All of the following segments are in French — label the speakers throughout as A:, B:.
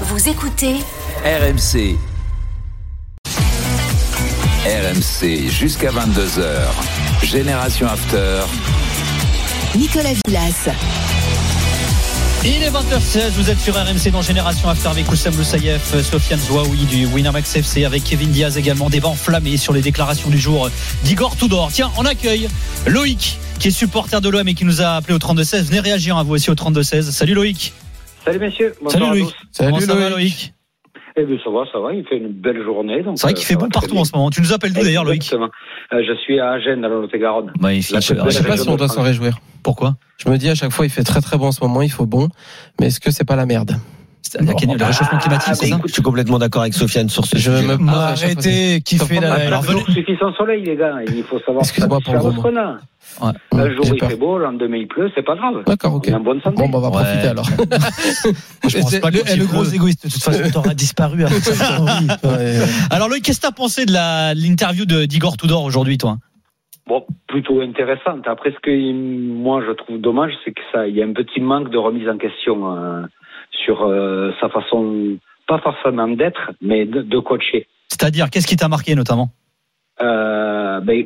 A: Vous écoutez
B: RMC. RMC jusqu'à 22h. Génération After.
A: Nicolas Villas.
C: Il est 20h16, vous êtes sur RMC dans Génération After avec Oussam Loussaïef, euh, Sofiane Zouaoui du Winamax FC avec Kevin Diaz également, débat enflammé sur les déclarations du jour d'Igor Tudor. Tiens, on accueille Loïc qui est supporter de l'OM et qui nous a appelé au 32-16. Venez réagir à vous aussi au 32-16. Salut Loïc.
D: Salut messieurs, bonsoir
C: Salut
D: à
C: Loïc.
D: tous.
C: Comment
E: Salut
C: ça va
E: Loïc.
C: Loïc
D: Eh bien ça va, ça va, il fait une belle journée. donc,
C: C'est vrai qu'il
D: euh,
C: fait
D: ça
C: bon
D: va très
C: partout
D: bien.
C: en ce moment. Tu nous appelles d'où d'ailleurs Loïc
D: Exactement. Euh, je suis à Agen, dans le Lot-et-Garonne.
C: Bah, il finit-
D: La Coupe de
E: Je
D: la
E: sais pas
D: Région
E: si on
D: de
E: doit s'en
D: France.
E: réjouir.
C: Pourquoi
E: Je me dis à chaque fois, il fait très très bon en ce moment, il faut bon, mais est-ce que c'est pas la merde
C: C'est- la- Le réchauffement climatique, c'est ça
F: Écoute, je suis complètement d'accord avec Sofiane sur ce
E: Ah, Je
F: sujet.
E: me
G: Moi,
E: pose à chaque fois des-
G: Ah, arrêtez, kiffez
E: Enfin,
G: la
E: alors,
D: Alors,
G: live.
C: venez-
D: il suffit sans soleil, les gars. Il faut savoir
E: Excuse-moi
D: satisfaire
E: pour le
D: notre
E: mot.
D: renard.
E: Ouais,
F: Bah,
D: Un jour,
E: j'ai
D: il
E: peur.
D: fait beau, le lendemain, il pleut, c'est pas grave.
E: D'accord, ok.
D: On est en bonne santé.
E: Bon, bah, on va
C: Ouais.
E: profiter alors.
G: Je pense
C: C'est-
G: pas
C: le-
G: que
C: le
G: le
C: gros
G: gros égoïste, de toute façon, t'auras disparu hein. avant
C: Alors Loïc, qu'est-ce que t'as pensé de la- de l'interview de- d'Igor Tudor aujourd'hui, toi
D: Bon, plutôt intéressante. Après, ce que moi je trouve dommage, c'est que ça, il y a un petit manque de remise en question euh, sur euh, sa façon, pas forcément d'être, mais de, de coacher.
C: C'est-à-dire, qu'est-ce qui t'a marqué notamment
D: Euh, ben,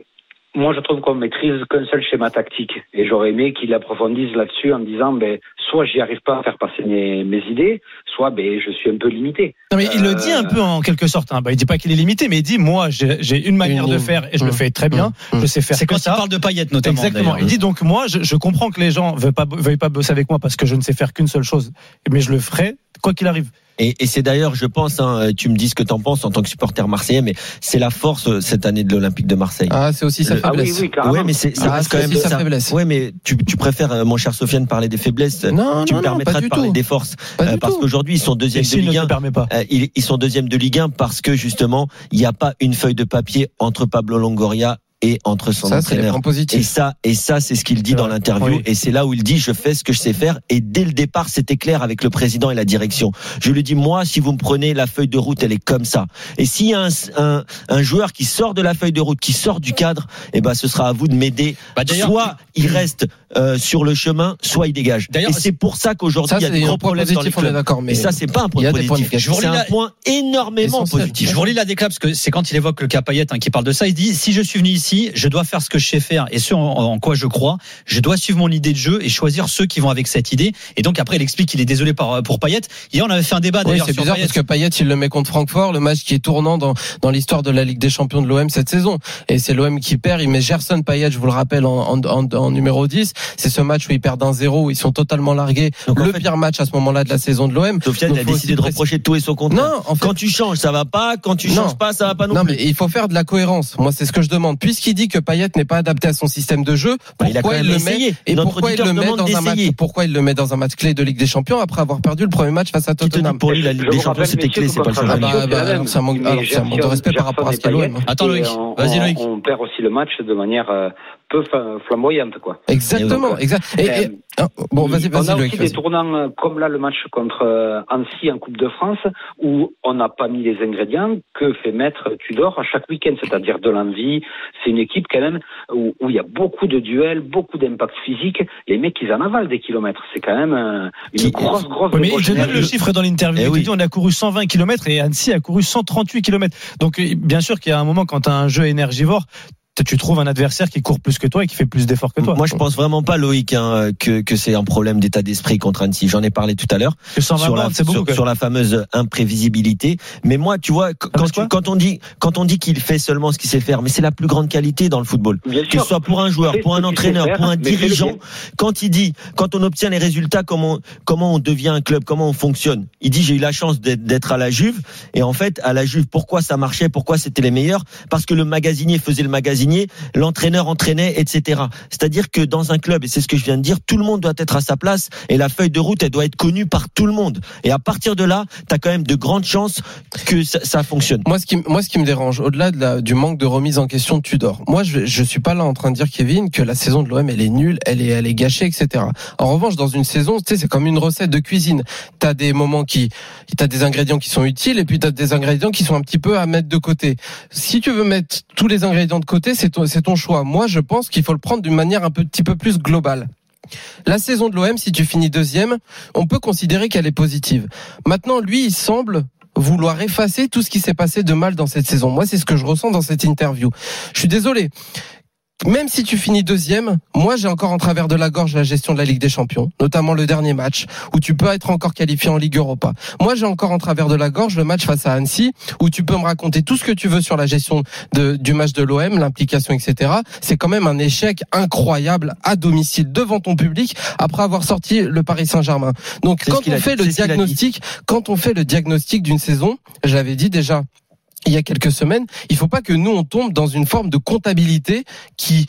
D: moi, je trouve qu'on maîtrise qu'un seul schéma tactique, et j'aurais aimé qu'il approfondisse là-dessus en disant, ben, soit j'y arrive pas à faire passer mes, mes idées, soit ben, je suis un peu limité.
G: Non, mais il le
D: Euh.
G: dit un peu en quelque sorte. Hein. Bah, il dit pas qu'il est limité, mais il dit moi j'ai j'ai une manière
E: Une
G: de
E: ligne.
G: faire et je le
E: Mm.
G: fais très bien.
E: Mm.
G: Je sais faire
C: C'est
G: que
C: quand il
G: ça.
C: parle de paillettes notamment.
G: Exactement.
C: d'ailleurs.
G: Il dit donc moi je, je comprends que les gens veulent pas veuillent pas bosser avec moi parce que je ne sais faire qu'une seule chose, mais je le ferai quoi qu'il arrive.
F: Et, et c'est d'ailleurs, je pense, hein, tu me dis ce que t'en penses en tant que supporter marseillais, mais c'est la force euh, cette année de l'Olympique de Marseille.
E: Ah, c'est aussi sa
F: Le-
D: Ah oui,
E: faiblesse.
D: oui, carrément.
F: ben, ouais, mais c'est, ça
E: Ah,
F: reste
E: c'est
F: quand même
E: aussi sa
F: ça.
E: faiblesse.
F: Ouais, mais tu, tu préfères, euh, mon cher Sofiane, parler des faiblesses.
E: Non,
F: tu
E: non,
F: me
E: non,
F: permettras
E: pas
F: de
E: du
F: parler
E: tout.
F: des forces.
E: Pas
F: Euh,
E: du
F: parce
E: tout.
F: qu'aujourd'hui, ils sont
G: Et
F: deuxième de
G: s'il ne
F: Ligue
G: se
F: 1.
G: permet pas.
F: Euh, ils, ils sont deuxième de Ligue 1 parce que justement, il n'y a pas une feuille de papier entre Pablo Longoria et entre son
E: Ça, c'est les
F: entraîneur.
E: points
F: Et
E: positifs.
F: ça, et ça, c'est ce qu'il dit
G: C'est
F: dans
G: vrai.
F: l'interview.
G: Oui.
F: Et c'est là où il dit, je fais ce que je sais faire. Et dès le départ, c'était clair avec le président et la direction. Je lui dis, moi, si vous me prenez la feuille de route, elle est comme ça. Et s'il y a un, un, un joueur qui sort de la feuille de route, qui sort du cadre, eh ben, ce sera à vous de m'aider.
C: Bah, d'ailleurs-
F: soit il reste euh, sur le chemin, soit il dégage.
C: D'ailleurs,
F: Et c'est pour ça qu'aujourd'hui,
E: Ça,
F: il y a
E: c'est
F: des
E: des
F: gros
E: points
F: problèmes dans les
E: positifs, on est
F: clubs.
E: d'accord. Mais
F: Et ça, c'est pas un
E: il y
F: point
E: a des points
F: positif.
E: négatifs.
F: C'est un point énormément
E: Essentiel.
F: positif.
C: Je vous relis la déclap parce que c'est quand il évoque le cas Payet hein, qui parle de ça. Il dit si je suis venu ici, je dois faire ce que je sais faire et ce en, en quoi je crois. Je dois suivre mon idée de jeu et choisir ceux qui vont avec cette idée. Et donc après, il explique qu'il est désolé par- euh, pour Payet. Hier, on avait fait un
F: Ah,
C: débat
E: Oui,
C: d'ailleurs
E: c'est
C: sur
E: bizarre
C: Payet.
E: parce que Payet, il le met contre Francfort, le match qui est tournant dans, dans l'histoire de la Ligue des Champions de l'OM cette saison. Et c'est l'OM qui perd, il met Gerson Payet, je vous le rappelle, en, en, en- en numéro 10. C'est ce match où ils perdent 1-0, où ils sont totalement largués.
F: Donc, en
E: le
F: fait-
E: pire match à ce moment-là de la saison de l'OM.
F: Sofiane, il
E: Donc,
F: a
E: faut
F: décidé de
E: aussi
F: reprocher tout et son contraire.
E: Non, en fait,
F: Quand tu changes, ça va pas. Quand tu
E: Non.
F: changes pas, ça va pas non,
E: non
F: plus.
E: mais il faut faire de la cohérence. Moi, c'est ce que je demande. Puisqu'il dit que Payet n'est pas adapté à son système de jeu,
F: Bah,
E: pourquoi
F: il a quand même
E: le met
F: essayé.
E: et
F: Notre
E: pourquoi il
F: auditeur
E: le met
F: demande
E: dans un match
F: d'essayer.
E: Pourquoi il le met dans un match clé de Ligue des Champions après avoir perdu le premier match face à
F: Qui te
E: Tottenham
F: dit pour lui la
D: Je
F: Ligue
D: vous
F: des Champions
D: rappelle,
F: c'était
D: messieurs,
F: clé, c'est pas le
D: que
E: Ah
F: championnat.
D: contre
E: bah,
D: Lazio, c'est la
E: bah,
D: même.
E: ça manque-
D: Mais
E: alors, ça manque de
D: Gerson,
E: respect par rapport à hein. ce
D: Gerson et
E: qu'est l'OM.
D: Payet,
C: Attends,
D: et
C: Loïc.
D: on-
C: Vas-y,
D: on-
C: Loïc.
D: On perd aussi le match de manière euh, peu fa- flamboyante, quoi.
E: Exactement, exact. Et, et-
D: Euh,
E: ah, bon, vas-y,
D: on
E: vas-y,
D: a aussi
E: Loïc.
D: des
E: vas-y.
D: tournants euh, comme là le match contre euh, Annecy en Coupe de France où on n'a pas mis les ingrédients que fait mettre Tudor à chaque week-end, c'est-à-dire de l'envie. C'est une équipe quand même où où il y a beaucoup de duels, beaucoup d'impact physique. Les mecs, ils en avalent des kilomètres. C'est quand même euh, une
F: Qui-
D: grosse, grosse.
G: Oui, mais il te
D: débauche
G: donne le
D: énergique.
G: chiffre dans l'interview.
F: Eh
G: Il te
F: oui.
G: dit on a couru 120 km et Annecy a couru 138 km. Donc euh, bien sûr qu'il y a un moment quand tu as un jeu énergivore, t- tu trouves un adversaire qui court plus que toi et qui fait plus d'efforts que toi.
F: Moi, je pense vraiment pas, Loïc, hein, que, que c'est un problème d'état d'esprit contre Annecy. J'en ai parlé tout à l'heure
G: que 120
F: sur la,
G: bornes, c'est beaucoup.
F: sur,
G: quand même.
F: sur la fameuse imprévisibilité. Mais moi, tu vois, qu-
G: Ah,
F: quand,
G: parce
F: tu-
G: quoi
F: quand on dit quand on dit qu'il fait seulement ce qu'il sait faire, mais c'est la plus grande qualité dans le football.
D: Bien
F: Que
D: sûr.
F: ce soit pour un joueur,
D: Fais ce
F: pour un
D: que tu sais
F: entraîneur,
D: faire,
F: pour un
D: mais fais-le
F: dirigeant,
D: bien.
F: quand il dit, quand on obtient les résultats, comment on, comment on devient un club, comment on fonctionne. Il dit j'ai eu la chance d'être- d'être à la Juve et en fait à la Juve pourquoi ça marchait, pourquoi c'était les meilleurs, parce que le magasinier faisait le magasinier, l'entraîneur entraînait, etc. C'est-à-dire que dans un club et c'est ce que je viens de dire, tout le monde doit être à sa place et la feuille de route elle doit être connue par tout le monde. Et à partir de là, t'as quand même de grandes chances que ça, ça fonctionne.
E: Moi, ce qui, m- moi, ce qui me dérange, au-delà de la- du manque de remise en question de Tudor, moi, je, je suis pas là en train de dire, Kevin, que la saison de l'OM, elle est nulle, elle est, elle est gâchée, etc. En revanche, dans une saison, tu sais, c'est comme une recette de cuisine. T'as des moments qui, t'as des ingrédients qui sont utiles, et puis t'as des ingrédients qui sont un petit peu à mettre de côté. Si tu veux mettre tous les ingrédients de côté, c'est ton, c'est ton choix. Moi, je pense qu'il faut le prendre d'une manière un peu- petit peu plus globale. La saison de l'OM, si tu finis deuxième, on peut considérer qu'elle est positive. Maintenant, lui, il semble vouloir effacer tout ce qui s'est passé de mal dans cette saison. Moi, c'est ce que je ressens dans cette interview. Je suis désolé. Même si tu finis deuxième, moi j'ai encore en travers de la gorge la gestion de la Ligue des Champions, notamment le dernier match où tu peux être encore qualifié en Ligue Europa. Moi j'ai encore en travers de la gorge le match face à Annecy où tu peux me raconter tout ce que tu veux sur la gestion de- du match de l'OM, l'implication, etc. C'est quand même un échec incroyable à domicile devant ton public après avoir sorti le Paris Saint-Germain. Donc
F: C'est ce
E: quand
F: qu'il
E: on
F: a
E: fait
F: dit,
E: le
F: c'est ce qu'il a dit.
E: diagnostic, quand on fait le diagnostic d'une saison, j'avais dit déjà il y a quelques semaines, il faut pas que nous on tombe dans une forme de comptabilité qui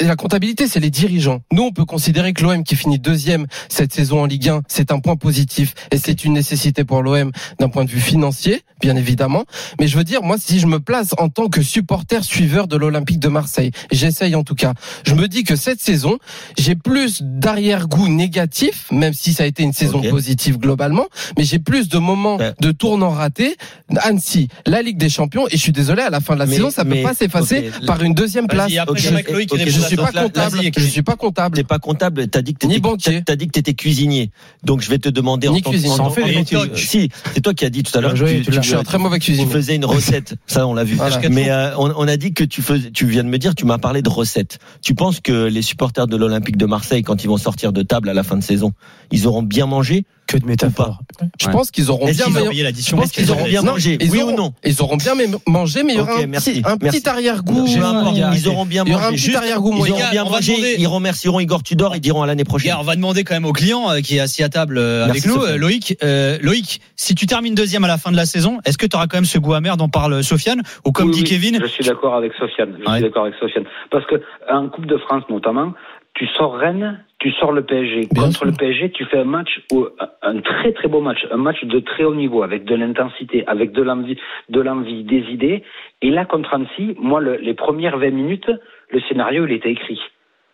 E: et la comptabilité, c'est les dirigeants. Nous, on peut considérer que l'OM qui finit deuxième cette saison en Ligue 1, c'est un point positif et c'est une nécessité pour l'OM d'un point de vue financier, bien évidemment. Mais je veux dire, moi, si je me place en tant que supporter suiveur de l'Olympique de Marseille, j'essaye en tout cas, je me dis que cette saison, j'ai plus d'arrière-goût négatif, même si ça a été une saison
F: Ok. Ben.
E: positive globalement, mais j'ai plus de moments
F: Ouais.
E: de tournants ratés. Annecy, la Ligue des Champions, et je suis désolé, à la fin de la
F: Mais-
E: saison, ça ne
F: mais-
E: peut pas s'effacer
F: ok.
E: par une deuxième place.
C: Vas-y, après,
F: Ok,
C: il y a Mike Loïc qui
F: ok,
E: Je
C: répond
E: ne
C: à
E: suis
C: ça.
E: pas
C: Vas-y,
E: comptable.
C: Kevin.
E: Je suis pas comptable.
F: T'es pas comptable, t'as dit que
E: Ni
F: t'étais,
E: banquier.
F: t'as dit que t'étais cuisinier. Donc je vais te demander
E: Ni
F: en tant
E: cuisinier.
F: en-
G: Ça en fait
F: en
G: des
F: tant
G: métiers.
F: que- Si, c'est toi qui as dit tout à l'heure.
G: Bien joué,
F: que
G: tu l'as-
E: Je suis un très mauvais
F: tu
E: cuisinier.
F: faisais une recette, ça on l'a vu.
E: Voilà.
F: Mais euh, on, on a dit que tu faisais, tu viens de me dire, tu m'as parlé de recette. Tu penses que les supporters de l'Olympique de Marseille, quand ils vont sortir de table à la fin de saison, ils auront bien mangé
G: Que de métaphores.
E: Je pense qu'ils auront
F: Est-ce
E: Eh bien
F: qu'ils
E: meilleur-
C: Envoyez
F: Je
C: l'addition.
F: pense qu'ils auront bien
E: Non,
F: mangé,
E: ils
F: oui
E: auront-
F: ou non
E: Ils auront bien mé- mangé, mais il y aura
F: Ok,
E: un
F: merci.
E: petit, un
F: Merci.
E: petit arrière-goût.
F: Peu importe,
G: il y a-
F: Ils auront bien
E: Il y aura un
F: mangé.
E: petit
F: Juste,
E: arrière-goût
F: Ils
E: moyen.
F: auront bien
C: on va demander-
F: mangé, ils remercieront Igor Tudor, ils diront à l'année prochaine.
C: Regarde, on va demander quand même au client euh, qui est assis à table euh,
F: Merci,
C: avec nous,
F: Sofiane.
C: Euh, Loïc. euh, Loïc, si tu termines deuxième à la fin de la saison, est-ce que tu auras quand même ce goût amer dont parle euh, Sofiane Ou comme
D: Oui,
C: dit
D: oui,
C: Kevin,
D: Je suis d'accord avec Sofiane. Je
C: Ouais.
D: suis d'accord avec Sofiane. Parce que en Coupe de France notamment, tu sors Rennes, tu sors le PSG.
E: Bien
D: Contre
E: sûr.
D: le PSG, tu fais un match, où- un très très beau match, un match de très haut niveau, avec de l'intensité, avec de l'envie, de l'envie, des idées. Et là, contre Annecy, moi, le- les premières 20 minutes, le scénario, il était écrit.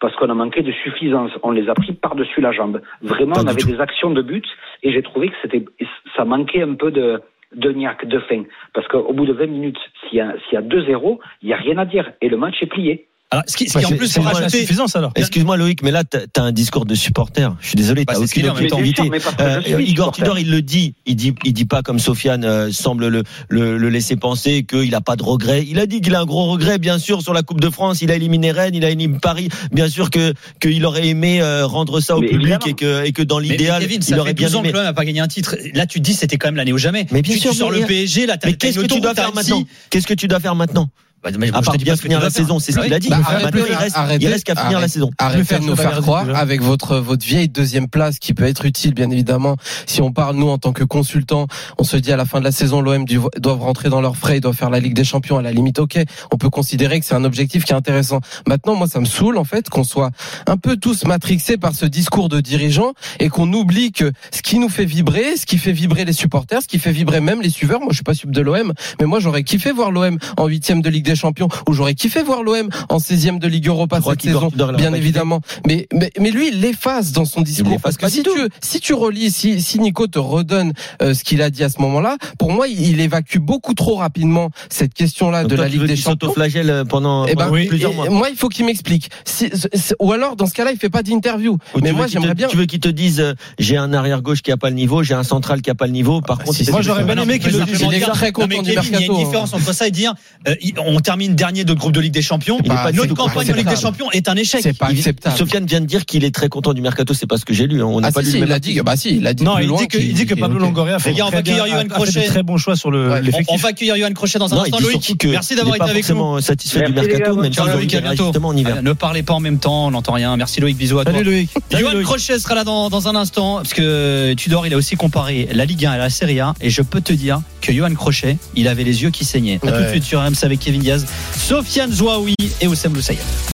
D: Parce qu'on a manqué de suffisance. On les a pris par-dessus la jambe. Vraiment,
F: Pas
D: on
F: du
D: avait
F: tout.
D: des actions de but et j'ai trouvé que c'était, ça manquait un peu de, de niaque, de fin. Parce qu'au bout de 20 minutes, s'il y a, s'il y a 2-0, il n'y a rien à dire et le match est plié.
C: alors, ce qui, ce qui
G: Bah,
C: en
G: c'est-
C: plus
G: c'est
C: sera
G: moins
C: rajouté,
G: suffisance alors.
F: Excuse-moi Loïc, mais là t'as t'as un discours de supporter. Je suis désolé,
C: Bah,
F: t'as
C: c'est ce qu'il
F: aucune
C: est, en même temps.
F: objectivité.
D: Mais bien sûr, mais parce que je
F: Euh,
D: suis
F: Igor
D: supporter.
F: Tudor, il le dit. Il dit, il dit pas comme Sofiane euh, semble le, le, le laisser penser qu'il a pas de regret. Il a dit qu'il a un gros regret, bien sûr, sur la Coupe de France. Il a éliminé Rennes, il a éliminé Paris. Bien sûr que qu'il aurait aimé euh, rendre ça au
D: Mais
F: public
D: évidemment.
F: et que et que dans
C: Mais
F: l'idéal,
C: Kevin,
F: il
C: ça
F: aurait
C: fait
F: bien
C: 12 ans que
F: aimé.
C: l'OM n'a pas gagné un titre. Là, tu te dis, c'était quand même l'année ou jamais.
F: Mais bien
C: tu,
F: sûr,
C: tu sors
F: mais
C: le
F: rien.
C: PSG, là, t'as
F: Mais
C: t'as
F: qu'est-ce
C: une
F: que tu
C: autoroute,
F: dois faire
C: t'as Annecy.
F: maintenant Qu'est-ce que tu dois faire maintenant
C: Bah, mais moi,
F: À
C: je
F: part
C: te dis
F: bien
C: pas ce que
F: finir
C: tu
F: la
C: dois faire.
F: saison, c'est ce
C: Bah
F: qu'il
C: oui.
F: a dit.
E: Bah, arrête
F: Maintenant,
E: de-
F: il reste
E: arrête-
F: il reste qu'à finir la
E: arrête-
F: saison.
E: Arrêtez de nous faire croire
G: déjà.
E: avec votre votre vieille deuxième place qui peut être utile bien évidemment. Si on parle nous en tant que consultant, on se dit à la fin de la saison l'OM du- doivent rentrer dans leurs frais, ils doivent faire la Ligue des Champions à la limite. OK, on peut considérer que c'est un objectif qui est intéressant. Maintenant, moi ça me saoule en fait qu'on soit un peu tous matrixés par ce discours de dirigeant et qu'on oublie que ce qui nous fait vibrer, ce qui fait vibrer les supporters, ce qui fait vibrer même les suiveurs. Moi je suis pas sub de l'OM, mais moi j'aurais kiffé voir l'OM en huitième de Ligue des Champions ou j'aurais kiffé voir l'OM en 16e de Ligue Europa
F: Je crois
E: cette
F: qu'Igor
E: saison
F: Tudor, il aurait
E: bien
F: pas
E: évidemment mais, mais mais lui il l'efface dans son discours
F: l'efface
E: parce
F: pas
E: que si
F: du
E: tu si tu relis si si Nico te redonne euh, ce qu'il a dit à ce moment-là pour moi il, il évacue beaucoup trop rapidement cette question-là
F: Donc
E: de
F: toi,
E: la
F: tu
E: Ligue
F: veux
E: des
F: qu'il
E: Champions
F: s'autoflagelle, euh, pendant,
E: Eh ben,
F: pendant
G: oui.
F: plusieurs
E: Et
F: mois.
E: moi, il faut qu'il m'explique. Si- si- ou alors, dans ce cas-là, il fait pas d'interview.
F: Ou tu
E: Mais
F: veux
E: moi,
F: qu'il te-
E: j'aimerais bien.
F: Tu veux qu'ils te disent euh, j'ai un arrière gauche qui a pas le niveau, j'ai un central qui a pas le niveau. Par contre,
E: Ah bah si,
F: c'est-
E: moi,
F: c'est-
G: j'aurais
F: c'est-
G: bien aimé qu'il
C: peut
G: le dise.
C: simplement
E: Il est
C: dire,
E: très
C: non,
E: content
C: mais
E: du
C: Kevin, Il y a
E: mercato,
C: une
E: hein.
C: différence entre ça et dire euh, il- on termine dernier de groupe de Ligue des Champions.
F: Il est pas
C: Notre
F: acceptable.
C: campagne en Ligue des Champions est un échec.
E: C'est pas
F: il-
E: acceptable.
F: Sofiane vient de dire qu'il est très content du mercato. C'est pas ce que j'ai lu. hein, On n'a
E: Ah,
F: pas
E: si,
F: lu
E: si,
F: le même
E: il a
F: article.
E: dit. que- Bah, si, il a dit.
G: Non,
E: plus
G: il
E: loin
G: dit que, il dit que
E: qu'il-
G: Pablo
E: ok.
G: Longoria fait,
C: Les gars, on
G: très
C: va accueillir
G: bien-
C: Johan
G: a fait
C: Crochet.
G: des très bons choix sur le-
E: Ouais.
C: On,
G: l'effectif.
C: on va accueillir Johan Crochet dans un
F: Non, il
C: instant.
F: dit
C: Loïc,
F: surtout que
C: merci
F: il
C: d'avoir
F: est pas
C: été avec nous.
F: forcément satisfait
D: Merci,
F: du
D: les gars,
F: mercato,
D: bonne
F: même si
C: Ciao,
F: on
C: Loïc, à
F: verra
C: bientôt.
F: justement en hiver.
C: Ah, Ne parlez pas en même temps, on n'entend rien. Merci Loïc, bisous à toi.
G: Salut Loïc. Salut,
C: Johan
G: Loïc.
C: Crochet sera là dans, dans un instant, parce que Tudor, il a aussi comparé la Ligue 1 à la Serie A, et je peux te dire que Johan Crochet, il avait les yeux qui saignaient. À tout de suite sur RMC avec Kevin Diaz, Sofiane Zouaoui et Oussem Loussaïed.